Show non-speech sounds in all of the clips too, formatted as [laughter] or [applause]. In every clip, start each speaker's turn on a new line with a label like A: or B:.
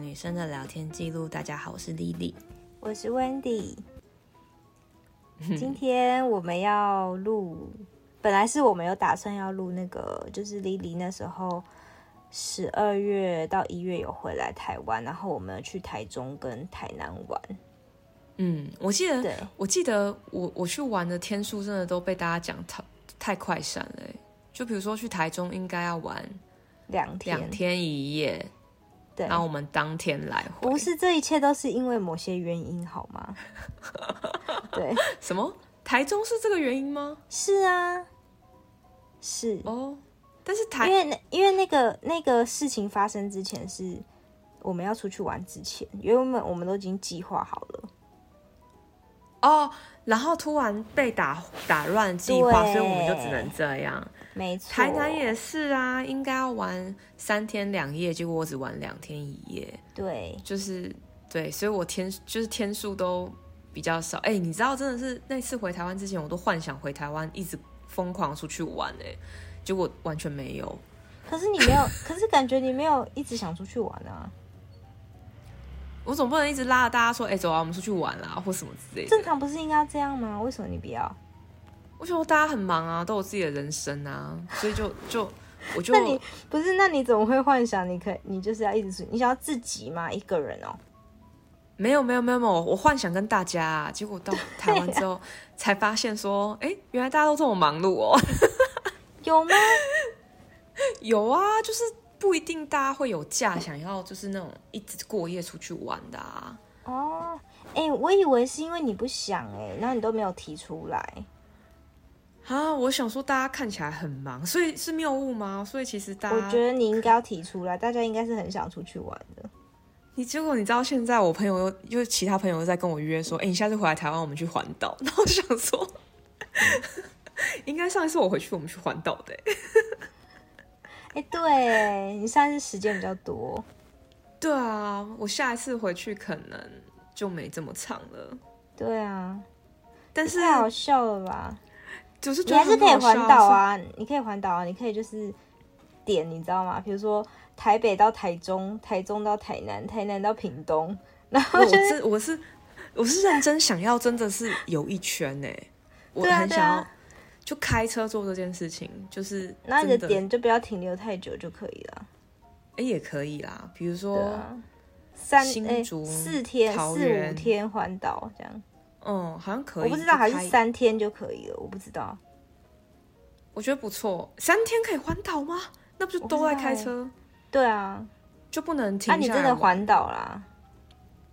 A: 女生的聊天记录。大家好，我是丽丽。
B: 我是 Wendy。今天我们要录，本来是我们有打算要录那个，就是莉莉那时候十二月到一月有回来台湾，然后我们有去台中跟台南玩。
A: 嗯，我记得，
B: 对，
A: 我记得我我去玩的天数真的都被大家讲太太快闪了欸、就比如说去台中应该要玩
B: 两天，
A: 两天一夜，
B: 对，
A: 然后我们当天来回。
B: 不是这一切都是因为某些原因好
A: [laughs]
B: 吗？对，
A: 什么？台中是这个原因吗？
B: 是啊，是。
A: 哦，但是
B: 因
A: 台
B: 为那因为那个那个事情发生之前是我们要出去玩之前，原本我们都已经计划好了，
A: 哦，然后突然被打打乱计划，
B: 对
A: 所以我们就只能这样。
B: 没错。
A: 台南也是啊，应该要玩三天两夜，结果我只玩两天一夜，
B: 对，
A: 就是对，所以我天就是天数都比较少。哎、你知道，真的是那次回台湾之前，我都幻想回台湾一直疯狂出去玩、哎，结果完全没有。
B: 可是你没有，可是感觉你没有一直想出去玩啊。
A: 我总不能一直拉着大家说，哎、走啊，我们出去玩啦、或什么之类的
B: 正。常不是应该要这样吗？为什么你不要？
A: 我觉得大家很忙啊，都有自己的人生啊，所以就就我就
B: 那你不是？那你怎么会幻想你可你就是要一直出？你想要自己吗？一个人哦？
A: 没有没有没有没有，我幻想跟大家、啊，结果到台湾之后、才发现说，哎、原来大家都这么忙碌哦。
B: 有吗？
A: 有啊，就是不一定大家会有假，想要就是那种一直过夜出去玩的啊。
B: 哦，哎、我以为是因为你不想哎、然后你都没有提出来。
A: 啊，我想说大家看起来很忙，所以是谬误吗？所以其实大
B: 我
A: 家，
B: 觉得你应该要提出来，大家应该是很想出去玩的。
A: 你结果你知道现在我朋友又就是其他朋友又在跟我约说，哎、你下次回来台湾我们去环岛， [laughs] 然后我想说，应该上一次我回去我们去环岛的、欸
B: 哎、对你上次时间比较多，
A: 对啊，我下一次回去可能就没这么长了。
B: 对啊，
A: 但是
B: 太好笑了吧？
A: 就是
B: 你
A: 觉得
B: 还是可以
A: 很好
B: 环
A: 笑
B: 岛，啊，你可以环岛啊，你可以就是点，你知道吗？比如说台北到台中，台中到台南，台南到屏东，然
A: 是
B: 后
A: 我是我是我是认真想要，真的是游一圈呢、我
B: 对啊
A: 很
B: 对
A: 想要
B: 啊，
A: 就开车做这件事情，就是
B: 那你
A: 真
B: 的
A: 的
B: 点就不要停留太久就可以了。
A: 哎、也可以啦，比如
B: 对
A: 说、
B: 啊，三
A: 哦新
B: 哎
A: 竹
B: 四天
A: 桃
B: 四
A: 园
B: 五天环岛这样，
A: 嗯，好像可
B: 我
A: 以，
B: 不知道
A: 就
B: 还
A: 开
B: 是，三天就可以了，我不知道。
A: 我觉得不错，三天可以环岛吗？那不就
B: 我不
A: 都在
B: 知道
A: 开
B: 欸
A: 车，
B: 对啊，
A: 就不能停
B: 那、
A: 下来、
B: 你真的环岛啦？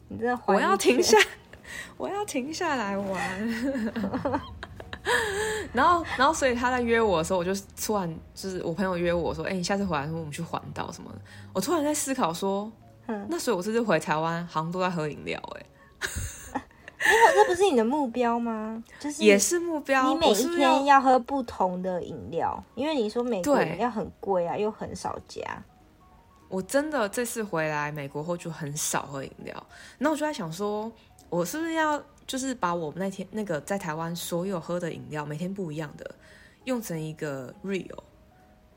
B: 你真的环
A: 我要
B: 一
A: 停
B: 圈
A: 下， [laughs] 我要停下来玩。 [laughs] 然后，然后，所以他在约我的时候，我就突然就是我朋友约我说：“哎、你下次回来，我们去环岛什么的。”我突然在思考说
B: 嗯：“
A: 那所以我这次回台湾，好像都在喝饮料、欸，哎，
B: 那这不是你的目标吗？就是
A: 也是目标。
B: 你每
A: 我
B: 一
A: 是不是
B: 天
A: 要
B: 要喝不同的饮料，因为你说美国
A: 对
B: 饮料很贵啊，又很少加。
A: 我真的这次回来美国后就很少喝饮料，然后我就在想说，我是不是要就是把我那天那个在台湾所有喝的饮料，每天不一样的，用成一个 real，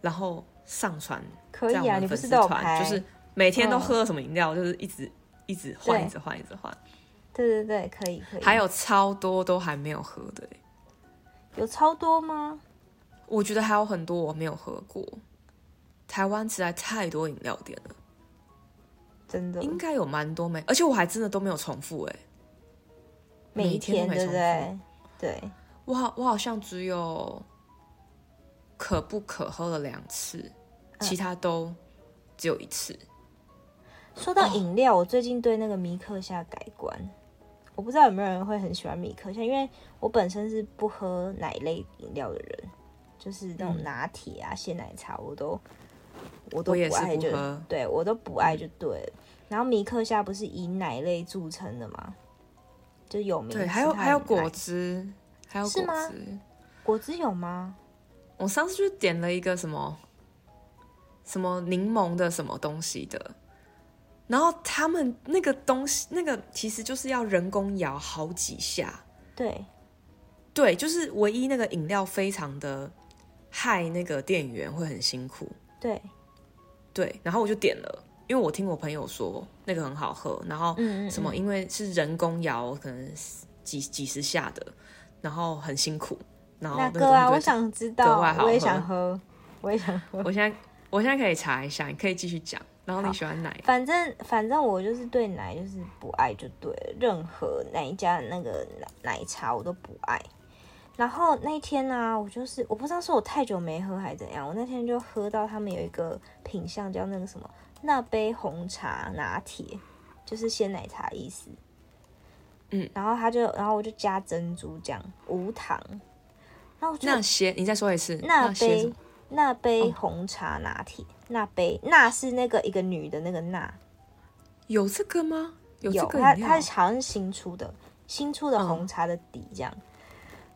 A: 然后上传
B: 可以
A: 在我
B: 啊，
A: 们
B: 你不
A: 粉
B: 是
A: 丝
B: 都有
A: 团，
B: 拍？
A: 就是每天都
B: 嗯
A: 喝什么饮料，就是一直一直换，
B: 对
A: 一直换，一直换，
B: 对对对，可以可以。
A: 还有超多都还没有喝的欸、
B: 有超多吗？
A: 我觉得还有很多我没有喝过。台湾实在太多饮料店了，
B: 真的，
A: 应该有蛮多没，而且我还真的都没有重复哎、
B: 每
A: 每
B: 一
A: 天都
B: 天
A: 没
B: 对不对？对，
A: 我好我好像只有可不可喝了两次，
B: 嗯
A: 其他都只有一次。
B: 说
A: 哦
B: 到饮料，我最近对那个米克夏改观。我不知道有没有人会很喜欢米克夏，因为我本身是不喝奶类饮料的人，就是那种拿铁啊、鲜奶茶，我都我
A: 嗯
B: 都
A: 我也
B: 不
A: 是
B: 爱
A: 不
B: 就，
A: 喝
B: 对我都不爱就对了。然后米克夏不是以奶类著称的吗？就有名
A: 对，
B: 是
A: 还有
B: 它
A: 还有
B: 很
A: 果
B: 奶
A: 汁，还有
B: 是
A: 果
B: 吗
A: 汁。
B: 果汁有吗？
A: 我上次就点了一个什么什么柠檬的什么东西的，然后他们那个东西，那个其实就是要人工摇好几下。
B: 对，
A: 对，就是唯一那个饮料非常的害那个店员会很辛苦。
B: 对，
A: 对，然后我就点了，因为我听我朋友说那个很好喝，然后
B: 嗯嗯
A: 什么
B: 嗯
A: 因为是人工摇，可能几几十下的，然后很辛苦，然后
B: 那
A: 个
B: 个啊，
A: 东
B: 我
A: 西就会
B: 想知
A: 格
B: 道
A: 外好，喝
B: 我也想喝，我也想喝。
A: 我现在我现在可以查一下，你可以继续讲。然后你
B: 好
A: 喜欢哪一个？
B: 反正反正我就是对奶就是不爱就对了，任何哪一家的那个奶奶茶我都不爱。然后那一天呢、我就是我不知道是我太久没喝还是怎样，我那天就喝到他们有一个品相叫那个什么那杯红茶拿铁，就是鲜奶茶意思。
A: 嗯，
B: 然后他就然后我就加珍珠这样无糖，然后我就
A: 那些你再说一次，
B: 那
A: 些什
B: 杯
A: 么
B: 那杯
A: 哦
B: 红茶拿铁，那杯那是那个一个女的那个那，
A: 有这个吗？有这
B: 有，
A: 个
B: 它
A: 饮
B: 它
A: 料？
B: 好像是新出的，新出的
A: 嗯
B: 红茶的底这样。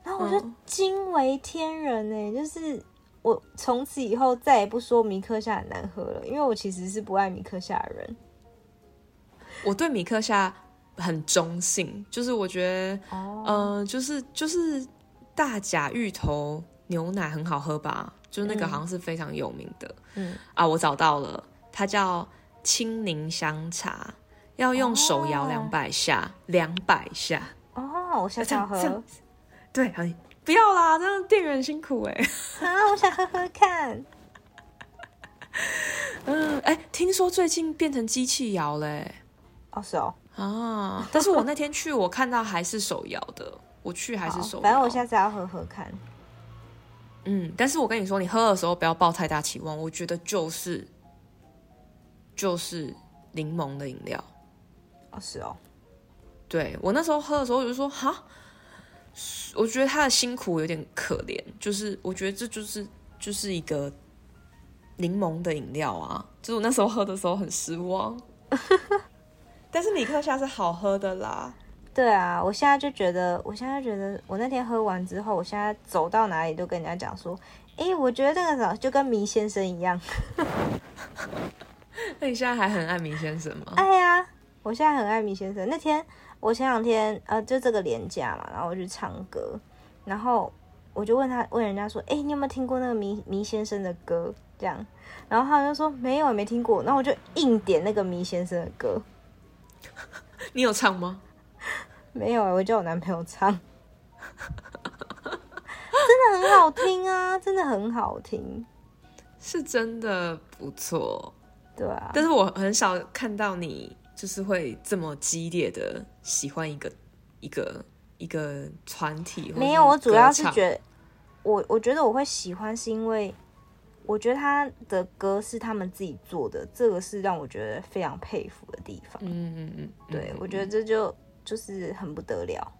B: 然后我就
A: 嗯
B: 惊为天人呢、欸就是我从此以后再也不说米克夏很难喝了，因为我其实是不爱米克夏的人。
A: 我对米克夏很中性，就是我觉得，
B: 哦
A: 呃，就是就是大甲芋头牛奶很好喝吧，就是那个
B: 嗯
A: 好像是非常有名的。
B: 嗯，
A: 啊，我找到了，它叫青柠香茶，要用手摇
B: 哦
A: 两百下，两百、下。
B: 哦，我下次要喝
A: 这样对，很不要啦，这样店员很辛苦哎、
B: 啊，我想喝喝看。
A: 嗯， [laughs] 哎、听说最近变成机器摇嘞、
B: 哦，是哦，
A: 啊！但是我那天去，我看到还是手摇的，我去还是
B: 好
A: 手摇。
B: 反正我下次要喝喝看。
A: 嗯，但是我跟你说，你喝的时候不要抱太大期望，我觉得就是就是柠檬的饮料。
B: 哦，是哦，
A: 对我那时候喝的时候，我就说哈，我觉得他的辛苦有点可怜，就是我觉得这就是就是一个柠檬的饮料啊，就是我那时候喝的时候很失望。 [laughs] 但是米克夏是好喝的啦，
B: 对啊，我现在就觉得，我现在觉得，我那天喝完之后，我现在走到哪里都跟人家讲说，诶，我觉得那个什么就跟迷先生一样，
A: 那你现在还很爱米先生吗？
B: 爱哎呀、我现在很爱米先生。那天我前两天呃，就这个廉假嘛，然后我去唱歌，然后我就问他问人家说，诶，你有没有听过那个迷迷先生的歌？这样，然后他就说没有，没听过。然后我就硬点那个迷先生的歌，
A: 你有唱吗？
B: 没有、啊我叫我男朋友唱，真的很好听啊，真的很好听。
A: 是真的不错，
B: 对啊，
A: 但是我很少看到你就是会这么激烈的喜欢一个一个一个团体或是歌唱。
B: 没有，我主要是觉得，我我觉得我会喜欢是因为，我觉得他的歌是他们自己做的，这个是让我觉得非常佩服的地方。
A: 嗯嗯嗯，
B: 对，我觉
A: 得
B: 得这就就是很不得了。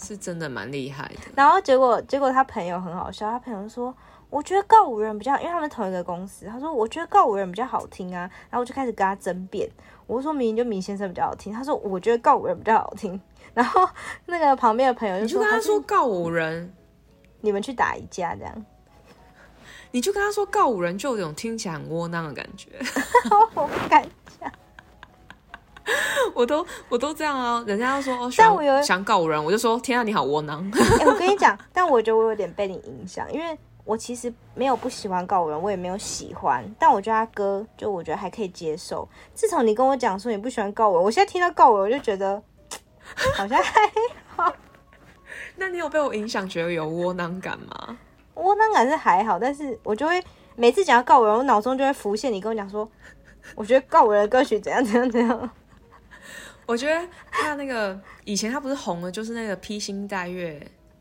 A: 是真的蛮厉害的。
B: 然后结果结果他朋友很好笑，他朋友说。我觉得告五人比较，因为他们同一个公司。他说我觉得告五人比较好听啊，然后我就开始跟他争辩。我说明明就明先生比较好听，他说我觉得告五人比较好听。 [laughs] 然后那个旁边的朋友就
A: 你就
B: 说，
A: 跟
B: 还
A: 他
B: 是
A: 说告五人，
B: 你们去打一架这样。 [laughs]
A: 你就跟他说告五人，就有种听起来很窝囊的感觉。 [laughs]
B: 我不敢
A: 我都我都这样啊，人家都说哦，
B: 但
A: 想
B: 我有
A: 想告五人，我就说天啊，你好窝囊。 [laughs]
B: 哎、我跟你讲，但我觉得我有点被你影响，因为我其实没有不喜欢告五人，我也没有喜欢，但我觉得他歌就我觉得还可以接受。自从你跟我讲说你不喜欢告五人，我现在听到告五人，我就觉得好像还 [laughs]
A: 那你有被我影响，觉得有窝囊感吗？
B: 窝囊感是还好，但是我就会每次讲到告五人，我脑中就会浮现你跟我讲说，我觉得告五人的歌曲怎样怎样怎
A: [laughs]
B: 样。
A: 我觉得他那个以前他不是红了，就是那个披星戴月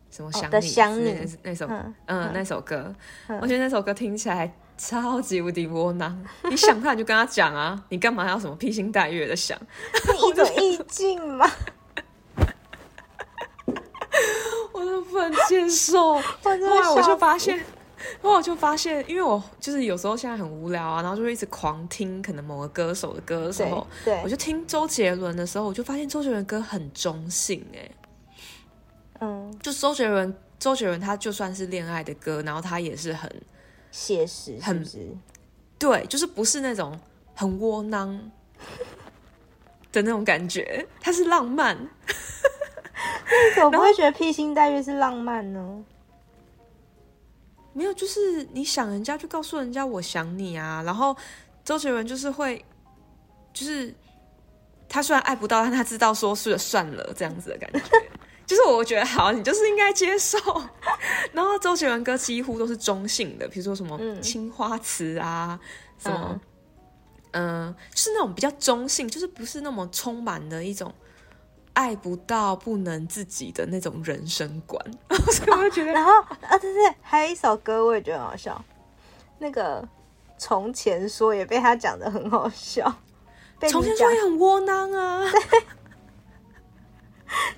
A: 什么想
B: 的
A: 你
B: 想
A: 之类哦的
B: 你
A: 那那首
B: 嗯，
A: 嗯
B: 嗯
A: 那首歌
B: 嗯，
A: 我觉得那首歌听起来超级无敌窝囊。你想他你就跟他讲啊，你干嘛要什么披星戴月的想？
B: 是一种意境嘛。
A: [laughs]
B: [laughs]
A: 我都不能接受。
B: 我真的
A: 后来 [laughs] 我
B: 笑
A: 就
B: 死
A: 发现，后来 [laughs] 我就发现，因为我就是有时候现在很无聊啊，然后就会一直狂听可能某个歌手的歌的时
B: 对
A: 候，哦我
B: 对，
A: 就听周杰伦的时候，我就发现周杰伦歌很中性哎、
B: 嗯，
A: 就周杰伦，周杰伦他就算是恋爱的歌，然后他也是很
B: 写实是
A: 很
B: 不是？
A: 对，就是不是那种很窝囊的那种感觉，他是浪漫。
B: 为什么不会觉得披星戴月是浪漫呢？
A: 没有，就是你想人家就告诉人家我想你啊，然后周杰伦就是会，就是他虽然爱不到，但他知道说是算了这样子的感觉。就是我觉得好，你就是应该接受。然后周杰伦歌几乎都是中性的，比如说什么
B: 嗯
A: 《青花瓷》啊，什么
B: 嗯，
A: 嗯、就是那种比较中性，就是不是那么充满的一种爱不到不能自己的那种人生观。所 [laughs] 以我就觉得
B: 然后啊，对对，还有一首歌我也觉得很好笑，那个《从前说》也被他讲的很好笑，被
A: 从
B: 你
A: 前
B: 讲
A: 说也很窝囊啊，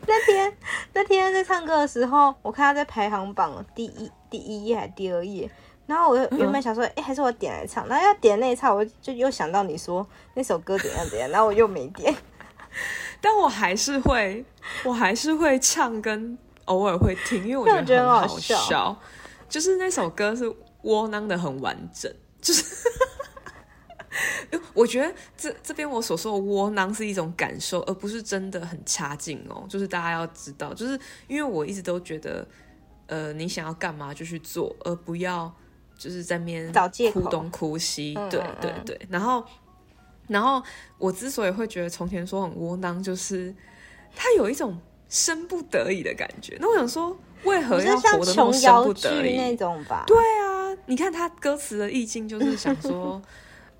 B: 那天那天在唱歌的时候，我看他在排行榜第一第一页还是第二页，然后我
A: 嗯
B: 就原本想说，哎、还是我点来唱，然后要点那一唱，我就又想到你说那首歌怎样怎样，然后我又没
A: [laughs]
B: 点。
A: 但我还是会，我还是会唱，跟偶尔会听，因为我
B: 那我觉
A: 觉
B: 得
A: 得
B: 很
A: 很
B: 好
A: 好
B: 笑
A: 笑。就是那首歌是窝囊的很完整，就是 [laughs] 因为我觉得这这边我所说的窝囊是一种感受，而不是真的很差劲哦。就是大家要知道，就是因为我一直都觉得，呃，你想要干嘛就去做，而不要就是在面
B: 找借口
A: 哭东哭西。
B: 嗯
A: 对
B: 嗯
A: 对
B: 嗯
A: 对，然后。然后我之所以会觉得从前说很窝囊，就是他有一种生不得已的感觉。那我想说，为
B: 不
A: 何
B: 是
A: 要
B: 像
A: 活得那么
B: 琼
A: 生
B: 瑶
A: 不
B: 剧
A: 得
B: 那
A: 已？
B: 种吧？
A: 对啊，你看他歌词的意境就是想说，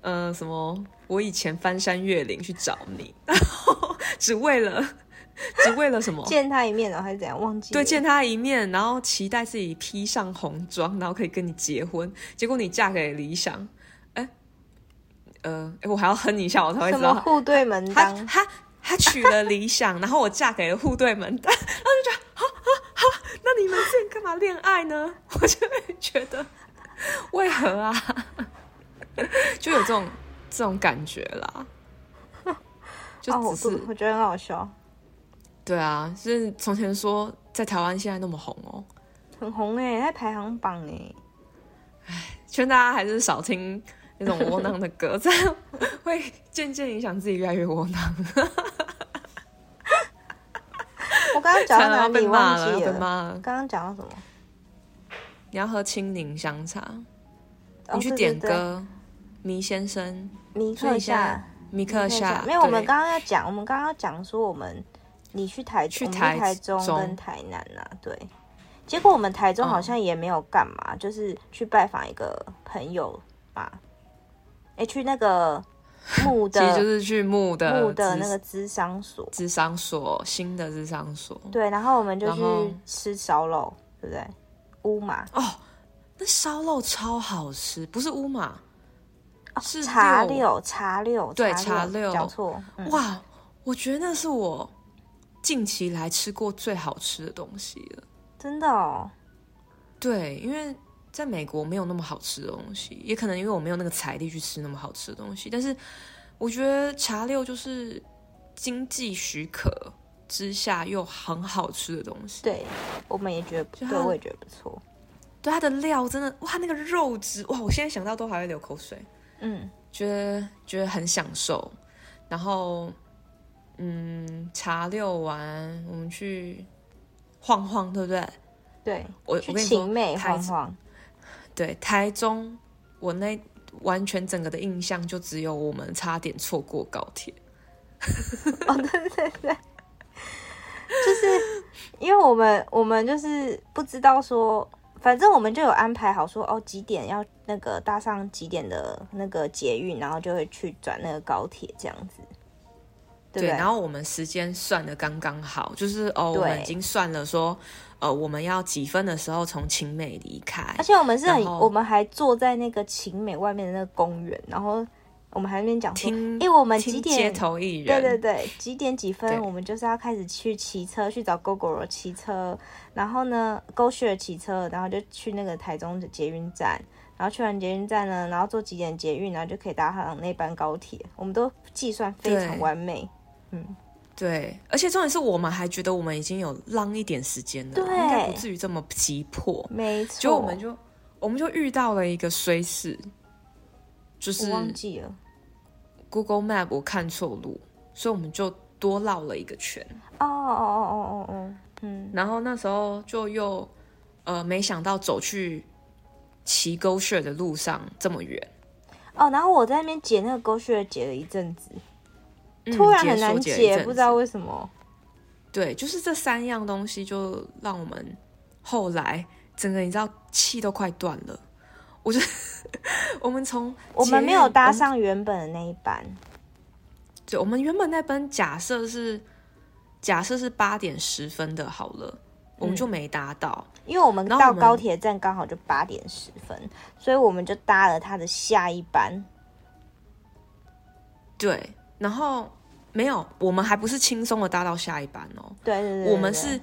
A: 呃，什么我以前翻山越岭去找你，然后只为了 [laughs] 只为了什么？
B: 见他一面然后还是怎样，忘记
A: 对，
B: 了
A: 见他一面，然后期待自己披上红妆，然后可以跟你结婚。结果你嫁给理想，哎，呃，哎我还要哼一下，我才会
B: 什
A: 知
B: 么
A: 道
B: 互对门
A: 他
B: 当，
A: 他他娶了理想，然后我嫁给了户对门当，然后就觉得，好好好，那你们之前干嘛恋爱呢？我就会觉得，为何啊？就有这种这种感觉啦，就
B: 哦，我
A: 只是、
B: 我觉得很好笑，
A: 对啊，就是从前说在台湾现在那么红哦，
B: 很红哎、在排行榜哎、
A: [laughs] 劝大家还是少听那种窝囊的歌，这样会渐渐影响自己越来越窝囊。
B: 我刚刚讲到
A: 然
B: 哪
A: 后被
B: 里
A: 骂
B: 忘
A: 了，
B: 记
A: 被
B: 了？
A: 骂了。
B: 刚刚讲到什么？
A: 你要喝青柠香茶。
B: 哦
A: 你去
B: 对
A: 点
B: 对
A: 歌，
B: 对
A: 迷先生、
B: 米
A: 所以现
B: 克
A: 在
B: 夏。
A: 米克夏，
B: 没有，我们
A: 对
B: 刚刚要讲，我们刚刚要讲说我们你去台
A: 去
B: 我们
A: 台
B: 去台中
A: 中嗯
B: 跟台南啊，对。结果我们台中好像也没有干嘛，就是去拜访一个朋友嘛，哎，去那
A: [laughs]
B: 个木
A: 其实就
B: 的
A: 是去木的
B: 木的
A: 智
B: 那个智商所，
A: 智商所，新的智商所。
B: 对，然后我们就
A: 然后
B: 去吃烧肉，对不对？乌马
A: 哦，那烧肉超好吃，不是乌马，
B: 哦
A: 是
B: 茶
A: 六
B: 六茶六
A: 对茶
B: 六
A: 六
B: 讲错，嗯
A: 哇！我觉得那是我近期来吃过最好吃的东西了。
B: 真的哦，
A: 对，因为在美国没有那么好吃的东西，也可能因为我没有那个财力去吃那么好吃的东西。但是我觉得茶六就是经济许可之下又很好吃的东西。
B: 对，我们也觉得不
A: 就
B: 对，
A: 它
B: 我也觉得不错，
A: 对，它的料真的哇，那个肉质哇，我现在想到都还会流口水，
B: 嗯，
A: 觉得觉得很享受。然后，嗯，茶六完我们去晃晃，对不对？
B: 对，
A: 我
B: 去
A: 我跟你说
B: 晴，美
A: 台
B: 晃晃。
A: 对，台中，我那完全整个的印象就只有我们差点错过高铁。
B: 就是因为我们我们就是不知道说，反正我们就有安排好说哦几点要那个搭上几点的那个捷运，然后就会去转那个高铁这样子，对不对？
A: 然后我们时间算的刚刚好，就是哦，我
B: 对
A: 们已经算了说，呃，我们要几分的时候从青美离开。
B: 而且我们是很，
A: 然后
B: 我们还坐在那个晴美外面的那个公园，然后我们还在那边讲说，
A: 听，
B: 哎、我们
A: 听
B: 几
A: 街
B: 点？
A: 头艺人？
B: 对对对，几点几分
A: 对
B: 我们就是要开始去骑车，去找 GoGo 骑车，然后呢 GoShare 骑车，然后就去那个台中的捷运站，然后去完捷运站呢，然后坐几点捷运，然后就可以搭上那班高铁，我们都计算非常
A: 对
B: 完美。
A: 对，而且重点是我们还觉得我们已经有浪一点时间了，
B: 对
A: 应该不至于这么急迫。
B: 没错，
A: 结果我们就我们就遇到了一个衰事，就是
B: 我忘记了
A: Google Map 我看错路，所以我们就多绕了一个圈。
B: 哦哦哦哦哦哦，嗯，
A: 然后那时候就又呃没想到走去骑沟穴的路上这么远，
B: 哦，然后我在那边解那个勾血解了一阵子，
A: 嗯
B: 突然很
A: 解
B: 难
A: 锁解了一
B: 解，
A: 阵
B: 不知
A: 子
B: 道为什么。
A: 对，就是这三样东西就让我们后来整个你知道气都快断了。我就 [laughs] 我们从
B: 我
A: 捷
B: 们
A: 运
B: 没有搭，
A: 我们
B: 上原本的那一班，
A: 对，我们原本那班假设是假设是八点十分的，好了，我们就
B: 嗯
A: 没搭到。
B: 因为我们
A: 然后
B: 到
A: 我们
B: 高铁站刚好就八点十分，所以我们就搭了他的下一班。
A: 对，然后没有，我们还不是轻松的搭到下一班哦，
B: 对对对
A: 我们
B: 对
A: 是，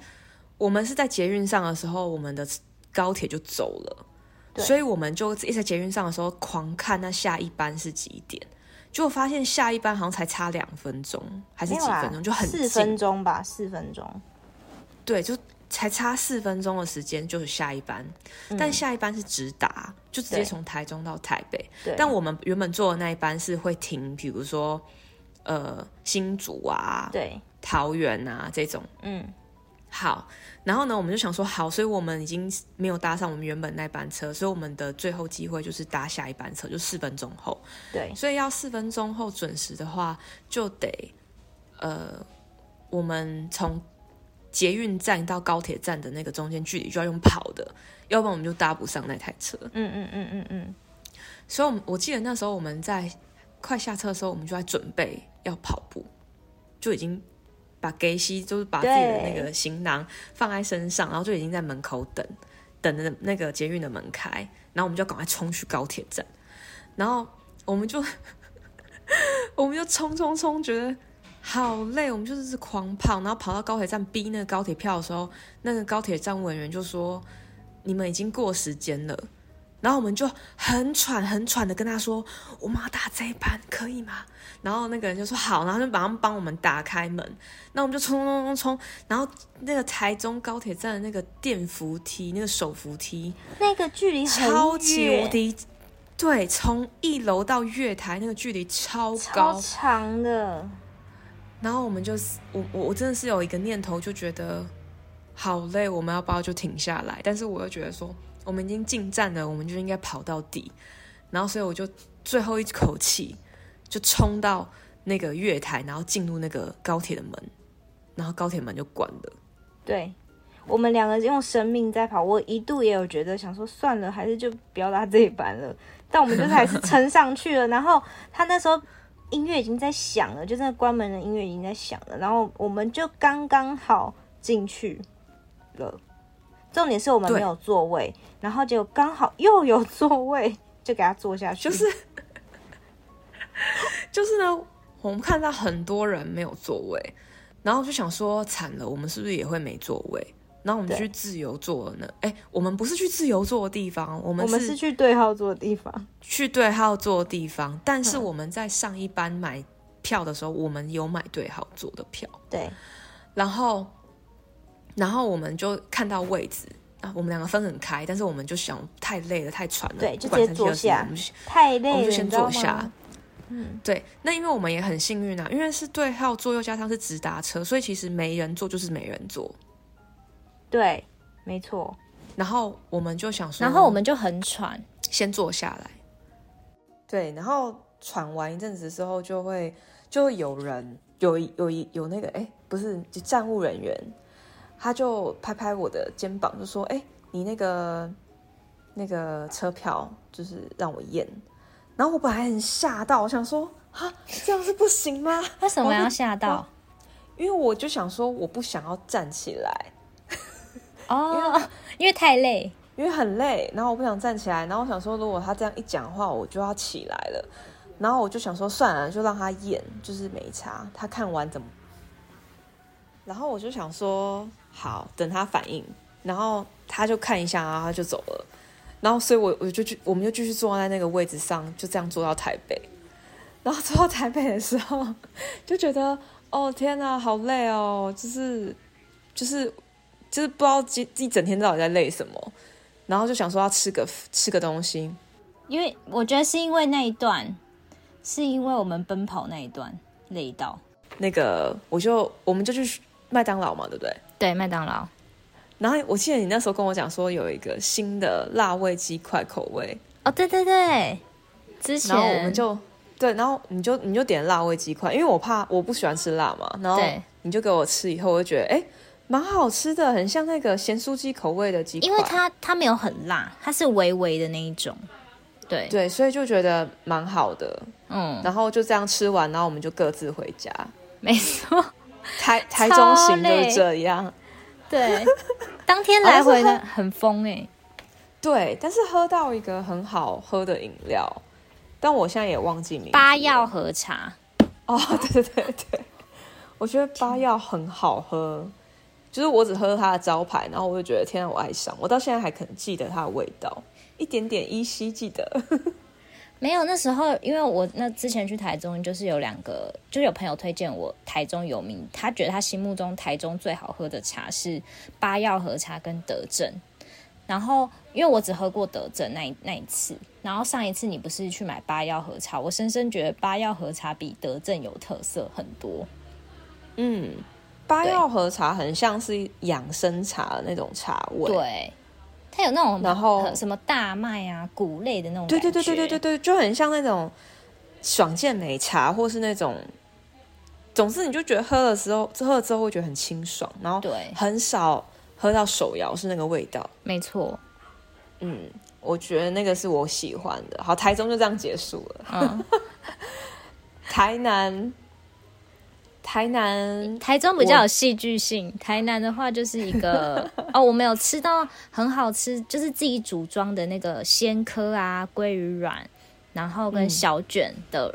A: 我们是在捷运上的时候，我们的高铁就走了，
B: 对
A: 所以我们就一直在捷运上的时候狂看那下一班是几点，结果发现下一班好像才差两分钟，还是
B: 没有
A: 几
B: 啦
A: 分钟，就很
B: 四
A: 近，
B: 分钟吧，四分钟。
A: 对，就才差四分钟的时间就是下一班，但下一班是直达，就直接
B: 嗯对
A: 从台中到台北。
B: 对，
A: 但我们原本坐的那一班是会停，比如说呃新竹啊、
B: 对，
A: 桃园啊这种。
B: 嗯，
A: 好，然后呢，我们就想说好，所以我们已经没有搭上我们原本那班车，所以我们的最后机会就是搭下一班车，就四分钟后。
B: 对，
A: 所以要四分钟后准时的话，就得呃，我们从捷运站到高铁站的那个中间距离就要用跑的，要不然我们就搭不上那台车。
B: 嗯嗯嗯嗯嗯，
A: 所以我们，我记得那时候我们在快下车的时候，我们就在准备要跑步，就已经把 g a 西就是把自己的那个行囊放在身上，然后就已经在门口等，等着那个捷运的门开，然后我们就赶快冲去高铁站，然后我们就 [laughs] 我们就冲冲冲，觉得。好累，我们就是狂跑，然后跑到高铁站逼那个高铁票的时候，那个高铁站文员就说：“你们已经过时间了。”然后我们就很喘很喘的跟他说：“我们要打这一班，可以吗？”然后那个人就说：“好。”然后就马上帮我们打开门。那我们就冲冲冲冲，然后那个台中高铁站的那个电扶梯，那个手扶梯
B: 那个距离很
A: 超级无
B: 远
A: 敌，对，从一楼到月台那个距离超高，
B: 超长的，
A: 然后我们就是我我我真的是有一个念头，就觉得好累，我们要不要就停下来？但是我又觉得说，我们已经进站了，我们就应该跑到底。然后所以我就最后一口气就冲到那个月台，然后进入那个高铁的门，然后高铁门就关了。
B: 对。我们两个用生命在跑，我一度也有觉得想说算了，还是就不要搭这一班了。但我们就是还是撑上去了。然后他那时候音乐已经在响了，就那关门的音乐已经在响了。然后我们就刚刚好进去了。重点是我们
A: 对
B: 没有座位，然后结果刚好又有座位，就给他坐下去。
A: 就是就是呢，我们看到很多人没有座位，然后就想说惨了，我们是不是也会没座位？然后我们就
B: 对
A: 去自由座了呢？哎，我们不是去自由座的地方，我
B: 我
A: 们
B: 们是去对号坐的地方。
A: 去对号座的地方，但
B: 嗯
A: 是我们在上一班买票的时候，我们有买对号座的票，
B: 对，
A: 然后，然后我们就看到位置啊，我们两个分很开，但是我们就想太累了，太喘了，
B: 对就
A: 不管
B: 直接坐下
A: 三七二十一我们就哦我
B: 太累
A: 们
B: 了，
A: 就先
B: 你知
A: 坐
B: 道吗
A: 下。。
B: 嗯，
A: 对，那因为我们也很幸运啊，因为是对号座，又加上是直达车，所以其实没人坐就是没人坐。
B: 对，没错。
A: 然后我们就想说，
C: 然后我们就很喘，
A: 先坐下来。对，然后喘完一阵子之后，就会就会有人有一有一有那个哎，不是就站务人员，他就拍拍我的肩膀，就说：“哎，你那个那个车票就是让我验。”然后我本来很吓到，我想说啊，这样是不行吗？
C: 为什么
A: 我
C: 要
A: 会
C: 吓到？
A: 因为我就想说，我不想要站起来，
C: 哦，因为太累，
A: 因为很累，然后我不想站起来，然后我想说，如果他这样一讲话，我就要起来了，然后我就想说，算了，就让他演，就是没差，他看完怎么？然后我就想说，好，等他反应，然后他就看一下，然后他就走了，然后所以我我就去，我们就继续坐在那个位置上，就这样坐到台北，然后坐到台北的时候，就觉得，哦天哪，好累哦，就是就是。就是不知道自己一整天到底在累什么，然后就想说要吃个吃个东西，
C: 因为我觉得是因为那一段，是因为我们奔跑那一段累到。
A: 那个我就我们就去麦当劳嘛，对不对？
C: 对，麦当劳，
A: 然后我记得你那时候跟我讲说有一个新的辣味鸡块口味，
C: 哦，对对对，
B: 之前
A: 然后我们就对，然后你就你就点辣味鸡块，因为我怕我不喜欢吃辣嘛，然后
B: 对
A: 你就给我吃，以后我就觉得哎，蛮好吃的，很像那个咸酥鸡口味的鸡块，
B: 因为它它没有很辣，它是微微的那一种。对，
A: 对，所以就觉得蛮好的，
B: 嗯，
A: 然后就这样吃完，然后我们就各自回家。
B: 没错，
A: 台台中行就
B: 超累
A: 是这样，
B: 对。 [laughs] 当天来回
A: 好
B: 呢
A: 像
B: 很疯哎、
A: 对，但是喝到一个很好喝的饮料，但我现在也忘记名字了。
B: 八药和茶，
A: 哦，对对对对，我觉得八药很好喝，就是我只喝它的招牌，然后我就觉得天啊，我爱上，我到现在还可能记得它的味道，一点点依稀记得。 [laughs]
B: 没有，那时候因为我那之前去台中，就是有两个，就是有朋友推荐我台中有名，他觉得他心目中台中最好喝的茶是八药和茶跟德政。然后因为我只喝过德政那一那一次，然后上一次你不是去买八药和茶，我深深觉得八药和茶比德政有特色很多。
A: 嗯，八
B: 对
A: 药和茶很像是养生茶的那种茶味。
B: 对，它有那种
A: 然后
B: 很什么大麦啊、谷类的那种
A: 对
B: 感觉。
A: 对对对对对对，
B: 对，
A: 就很像那种爽健美茶，或是那种，总之你就觉得喝的时候，喝了之后会觉得很清爽，然后
B: 对
A: 很少喝到手摇是那个味道。
B: 没错。
A: 嗯，我觉得那个是我喜欢的。好，台中就这样结束了。
B: 嗯，
A: 台南，台南，
B: 台中比较有戏剧性，台南的话就是一个 [laughs] 哦，我们有吃到很好吃，就是自己组装的那个鲜科啊、鲑鱼卵，然后跟小卷的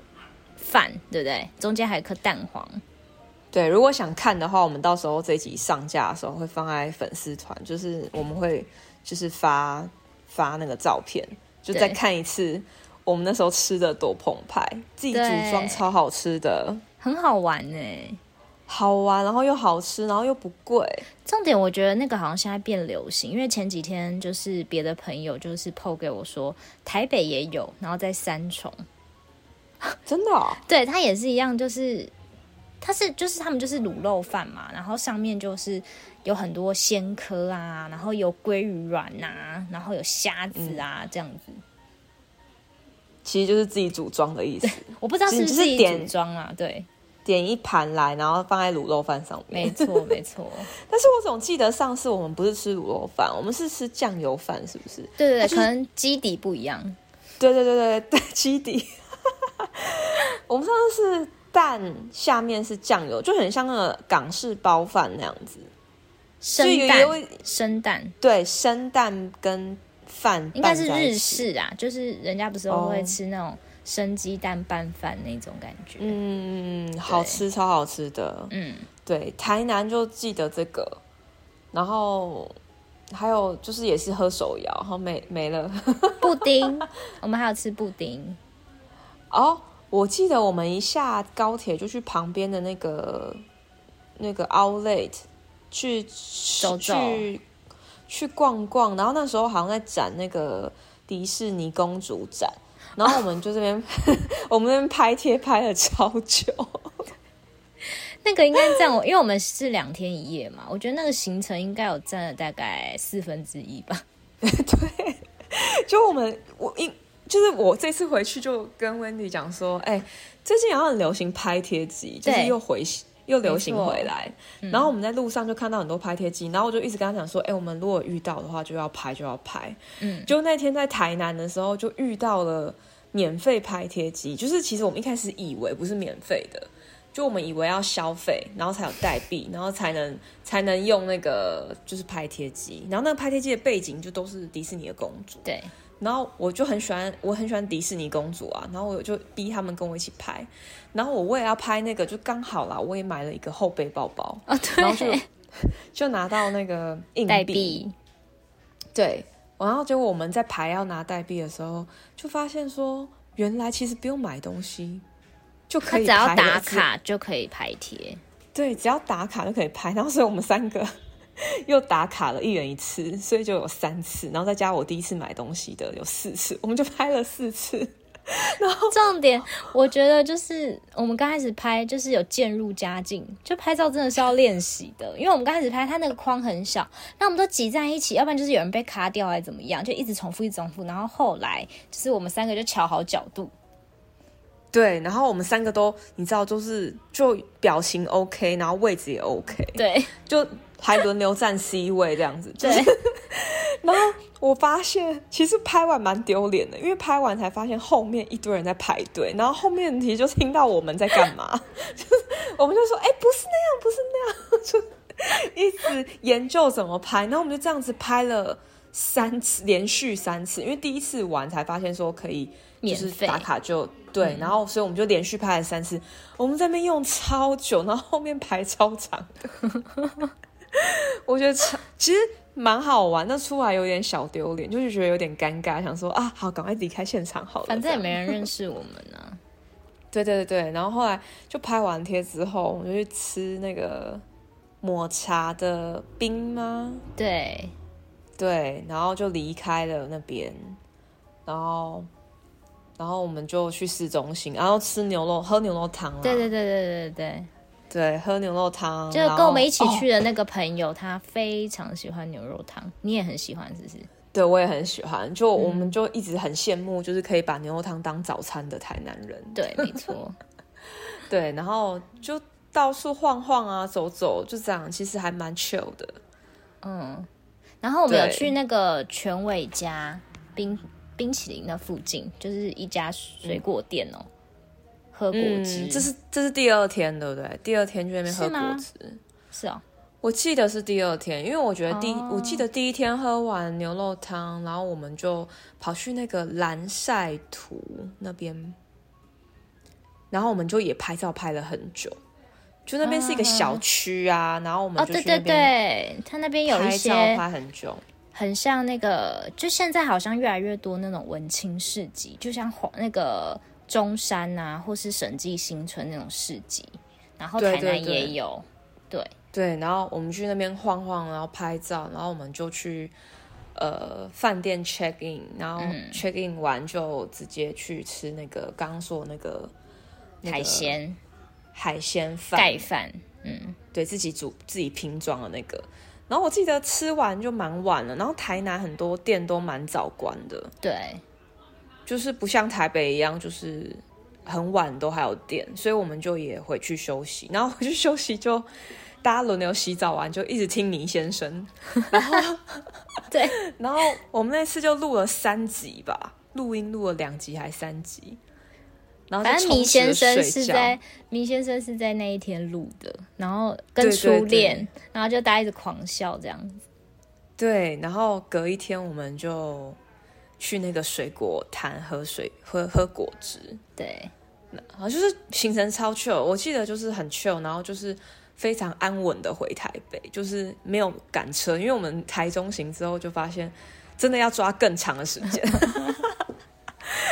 B: 饭，对不对？中间还有一颗蛋黄。
A: 对，如果想看的话，我们到时候这一集上架的时候会放在粉丝团，就是我们会就是发发那个照片，就再
B: 对
A: 看一次我们那时候吃的多澎湃，自己组
B: 对
A: 装超好吃的，
B: 很好玩欸呢、
A: 好玩，然后又好吃，然后又不贵。
B: 重点我觉得那个好像现在变流行，因为前几天就是别的朋友就是 PO 给我说，台北也有，然后在三重，
A: 真的哦、
B: 对，它也是一样，就是它是就是他们就是卤肉饭嘛，然后上面就是有很多鲜科啊，然后有鲑鱼卵啊，然后有虾
A: 嗯
B: 子啊、这样子。
A: 其实就是自己组装的意思，
B: 我不知道是不是
A: 就是
B: 自己
A: 点
B: 组装啊，
A: [laughs]
B: 对，
A: 点一盘来，然后放在卤肉饭上面
B: 没。错没错，
A: 但是我总记得上次我们不是吃卤肉饭，我们是吃酱油饭，是不是？
B: 对对
A: 它
B: 对，
A: 就是
B: 可能基底不一样，
A: 对对对对对，基底。 [laughs] 我们上次是蛋，下面是酱油，就很像那个港式包饭那样子。
B: 生
A: 所以
B: 蛋
A: 也有
B: 生蛋
A: 对，生蛋跟饭
B: 应该
A: 拌
B: 是
A: 在一
B: 日
A: 起。
B: 式啊，就是人家不是
A: 哦
B: 都会吃那种生鸡蛋拌饭那种感觉，嗯
A: 嗯，好吃，超好吃的。
B: 嗯，
A: 对，台南就记得这个，然后还有就是也是喝手摇，然后没没了。
B: 布丁，我们还有吃布丁，
A: 哦，我记得我们一下高铁就去旁边的那个那个 Outlet 去走
B: 走走
A: 去去逛逛，然后那时候好像在展那个迪士尼公主展，然后我们就这边、 [laughs] 我们那边拍贴拍了超久，
B: 那个应该占 [laughs] 我，因为我们是两天一夜嘛，我觉得那个行程应该有占了大概四分之一吧。 [laughs]
A: 就我们我一。就是我这次回去就跟 Wendy 讲说，哎、最近好像很流行拍贴机，就是
B: 对
A: 又回又流行回来，
B: 嗯
A: 然后我们在路上就看到很多拍贴机，然后我就一直跟他讲说，哎、我们如果遇到的话就要拍就要拍。
B: 嗯，
A: 就那天在台南的时候就遇到了免费拍贴机，就是其实我们一开始以为不是免费的，就我们以为要消费，然后才有代币，然后才能才能用那个就是拍贴机，然后那个拍贴机的背景就都是迪士尼的公主，
B: 对，
A: 然后我就很喜欢，我很喜欢迪士尼公主啊，然后我就逼他们跟我一起拍，然后我为了要拍那个，就刚好啦，我也买了一个后背包包，
B: 哦
A: 然后就
B: 对，
A: [laughs] 就拿到那个硬
B: [laughs] 代
A: 币，
B: 币，
A: 对，然后结果我们在排要拿代币的时候，就发现说，原来其实不用买东西就
B: 他
A: 可
B: 只
A: 以
B: 要
A: 拍
B: 打
A: 了只
B: 卡就可以排贴，
A: 对，只要打卡就可以拍。然后所以我们三个 [laughs] 又打卡了一人一次，所以就有三次，然后再加我第一次买东西的有四次，我们就拍了四次。
B: 重点，我觉得就是我们刚开始拍，就是有渐入佳境，就拍照真的是要练习的，因为我们刚开始拍，它那个框很小，那我们都挤在一起，要不然就是有人被卡掉还是怎么样，就一直重复，一直重复。然后后来就是我们三个就瞧好角度，
A: 对，然后我们三个都你知道，就是就表情 OK，然后位置也 OK，
B: 对
A: 就还轮流站 C 位这样子。就
B: 对
A: 是，然后我发现其实拍完蛮丢脸的，因为拍完才发现后面一堆人在排队，然后后面其实就听到我们在干嘛， [laughs] 就是我们就说哎、不是那样，不是那样，就一 [laughs] 直研究怎么拍，然后我们就这样子拍了。三次连续三次，因为第一次玩才发现说可以就
B: 免
A: 是
B: 费嗯
A: 打卡就对，然后所以我们就连续拍了三次，我们在那边用超久，然后后面排超长的，我觉得超 [laughs] 其实蛮好玩，但出来有点小丢脸，就是觉得有点尴尬，想说啊，好，赶快离开现场好了，
B: 反
A: 这
B: 正
A: 样
B: 也没人认识我们啊。
A: 对对对对，然后后来就拍完贴之后，我们就去吃那个抹茶的冰吗？
B: 对，
A: 对，然后就离开了那边，然后，然后我们就去市中心，然后吃牛肉，喝牛肉汤啦。
B: 对对对对对对
A: 对，喝牛肉汤，
B: 对，
A: 然
B: 就
A: 后
B: 跟我们一起去
A: 哦
B: 的那个朋友，他非常喜欢牛肉汤，你也很喜欢，是不是？
A: 对，我也很喜欢，就我们就一直很羡慕，就是可以把牛肉汤当早餐的台南人。
B: 对，没错，
A: 对，然后就到处晃晃啊，走走，就这样，其实还蛮 chill 的。 [laughs]
B: 嗯。然后我们有
A: 对
B: 去那个全伟家冰冰淇淋那附近，就是一家水果店哦，喝果汁。
A: 嗯，这是这是第二天，对不对？第二天就在那边喝
B: 是吗
A: 果汁。
B: 是哦，
A: 我记得是第二天，因为我觉得第一
B: 哦
A: 我记得第一天喝完牛肉汤，然后我们就跑去那个蓝晒图那边，然后我们就也拍照拍了很久，就那边是一个小区啊，然后我们
B: 嗯哦，
A: 就
B: 对
A: 去
B: 对
A: 那边
B: 对，它那边有一
A: 拍
B: 些
A: 照拍很久。
B: 很像那个，就现在好像越来越多那种文青市集，就像黄那个中山啊，或是审计新村那种市集，然后
A: 对
B: 台南
A: 对对
B: 也有，对
A: 对，然后我们去那边晃晃，然后拍照，然后我们就去呃饭店 check in，然后 check in 完就直接去吃那个刚刚说的那个那个
B: 海鲜
A: 海鲜饭，
B: 盖饭，嗯，
A: 对自己煮自己拼装的那个。然后我记得吃完就蛮晚了，然后台南很多店都蛮早关的，
B: 对
A: 就是不像台北一样，就是很晚都还有店，所以我们就也回去休息。然后回去休息就大家轮流洗澡完，就一直听倪先
B: [laughs]
A: 生。
B: 对，
A: 然后我们那次就录了三集吧，录音录了两集还三集。然后就
B: 反正
A: 充
B: 米
A: 实地
B: 先生
A: 睡
B: 是
A: 觉
B: 在米先生是在那一天录的，然后跟
A: 对
B: 初
A: 对对
B: 恋，然后就大家一直狂笑这样子，
A: 对，然后隔一天我们就去那个水果摊喝水喝喝果汁，
B: 对
A: 然后就是行程超 chill，我记得就是很 chill，然后就是非常安稳的回台北，就是没有赶车，因为我们台中行之后就发现真的要抓更长的时间。 [laughs]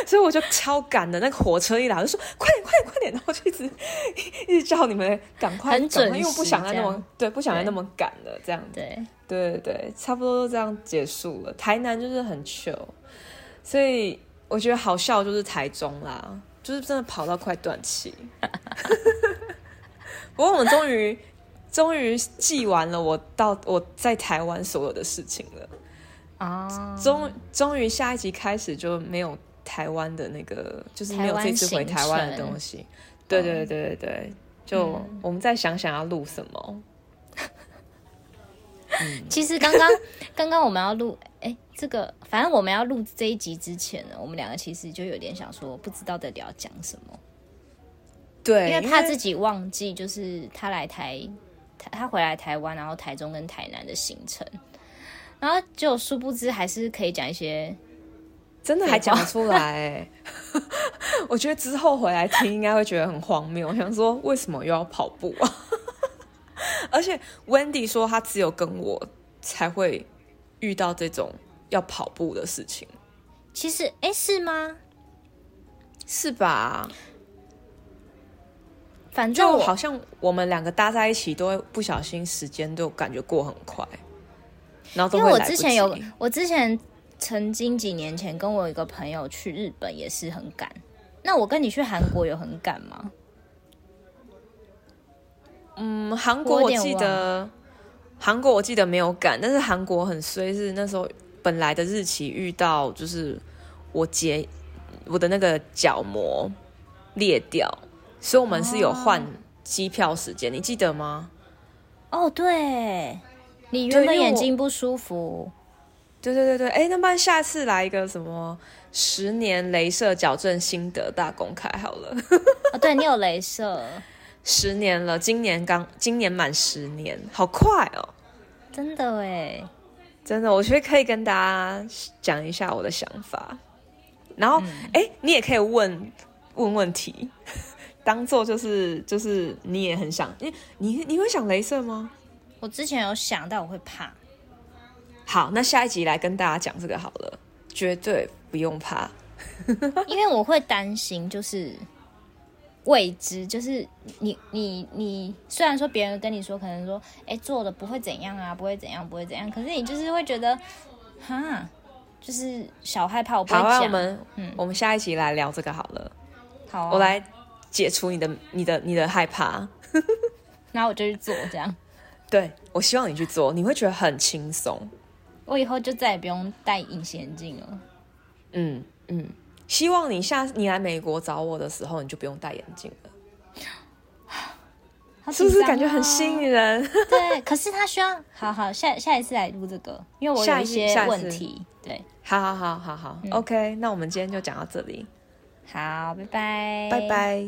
A: 所以我就超赶的，那个火车一来我就说快点快点快点，然后就一直 [laughs] 一直叫你们赶快，
B: 很
A: 赶快
B: 准
A: 因为我不
B: 时
A: 想再
B: 这
A: 那么
B: 样
A: 对，不想再
B: 对
A: 那么赶了这样子。
B: 对，
A: 对对对，差不多就这样结束了。台南就是很 chill，所以我觉得好笑就是台中啦，就是真的跑到快断气。 [laughs] 不过我们终于终于记完了我到我在台湾所有的事情了，啊
B: 哦，
A: 终终于下一集开始就没有台湾的那个，就是没有这次回台湾的东西。对对对对对，就、
B: 嗯
A: 我们再想想要录什么。
B: 其实刚刚 [laughs] 刚刚我们要录，哎、这个反正我们要录这一集之前呢，我们两个其实就有点想说，不知道到底要讲什么，
A: 对，
B: 因为怕自己忘记，就是他来台，他他回来台湾，然后台中跟台南的行程，然后就殊不知还是可以讲一些，
A: 真的还讲得出来、欸， [laughs] 我觉得之后回来听应该会觉得很荒谬，我 [laughs] 想说为什么又要跑步啊？ [laughs] 而且 Wendy 说她只有跟我才会遇到这种要跑步的事情，
B: 其实哎、是吗？
A: 是吧？
B: 反正
A: 就
B: 我
A: 好像我们两个搭在一起，都会不小心时间都感觉过很快，然后都
B: 因
A: 会
B: 为我
A: 来不
B: 之前有
A: 及，
B: 我之前曾经几年前跟我一个朋友去日本也是很赶。那我跟你去韩国有很赶吗？
A: 嗯，韩国
B: 我有
A: 我
B: 点
A: 记得，韩国我记得没有赶，但是韩国很衰，是那时候本来的日期遇到就是我结我的那个角膜裂掉，所以我们是有换机票时间，你记得吗？
B: 哦，对，你
A: 对
B: 原
A: 因为
B: 本眼
A: 我
B: 睛不舒服，
A: 对对对对，哎，那不然下次来一个什么十年镭射矫正心得大公开好了，
B: 哦，对你有镭射，
A: 十年了，今年刚今年满十年，好快哦！
B: 真的哎，
A: 真的，我觉得可以跟大家讲一下我的想法。然后，
B: 嗯
A: 哎、你也可以问问问题，当做就是就是你也很想，因为你你会想镭射吗？
B: 我之前有想，但我会怕。
A: 好，那下一集来跟大家讲这个好了，绝对不用怕。
B: 因为我会担心，就是未知，就是你你你，虽然说别人跟你说，可能说，哎，做的不会怎样啊，不会怎样，不会怎样，可是你就是会觉得，哈，就是小害怕，我不
A: 好，啊
B: 会
A: 那我
B: 讲。啊嗯
A: 们、我们下一集来聊这个好了，
B: 好啊、
A: 我来解除你的你的你的害怕。
B: 然后我就去做这样。
A: 对我希望你去做，你会觉得很轻松。
B: 我以后就再也不用戴隐形眼镜了。
A: 嗯嗯，希望你下你来美国找我的时候，你就不用戴眼镜了。
B: 好
A: 是不是
B: 紧张
A: 感觉
B: 哦
A: 很吸引？人？
B: [laughs] 对，可是他需要好好下下一次来录这个，因为我有
A: 下一
B: 一
A: 次
B: 些
A: 下一次
B: 问题。对，
A: [laughs] 好好好好好、o k 那我们今天就讲到这里，
B: 好，拜拜，
A: 拜拜。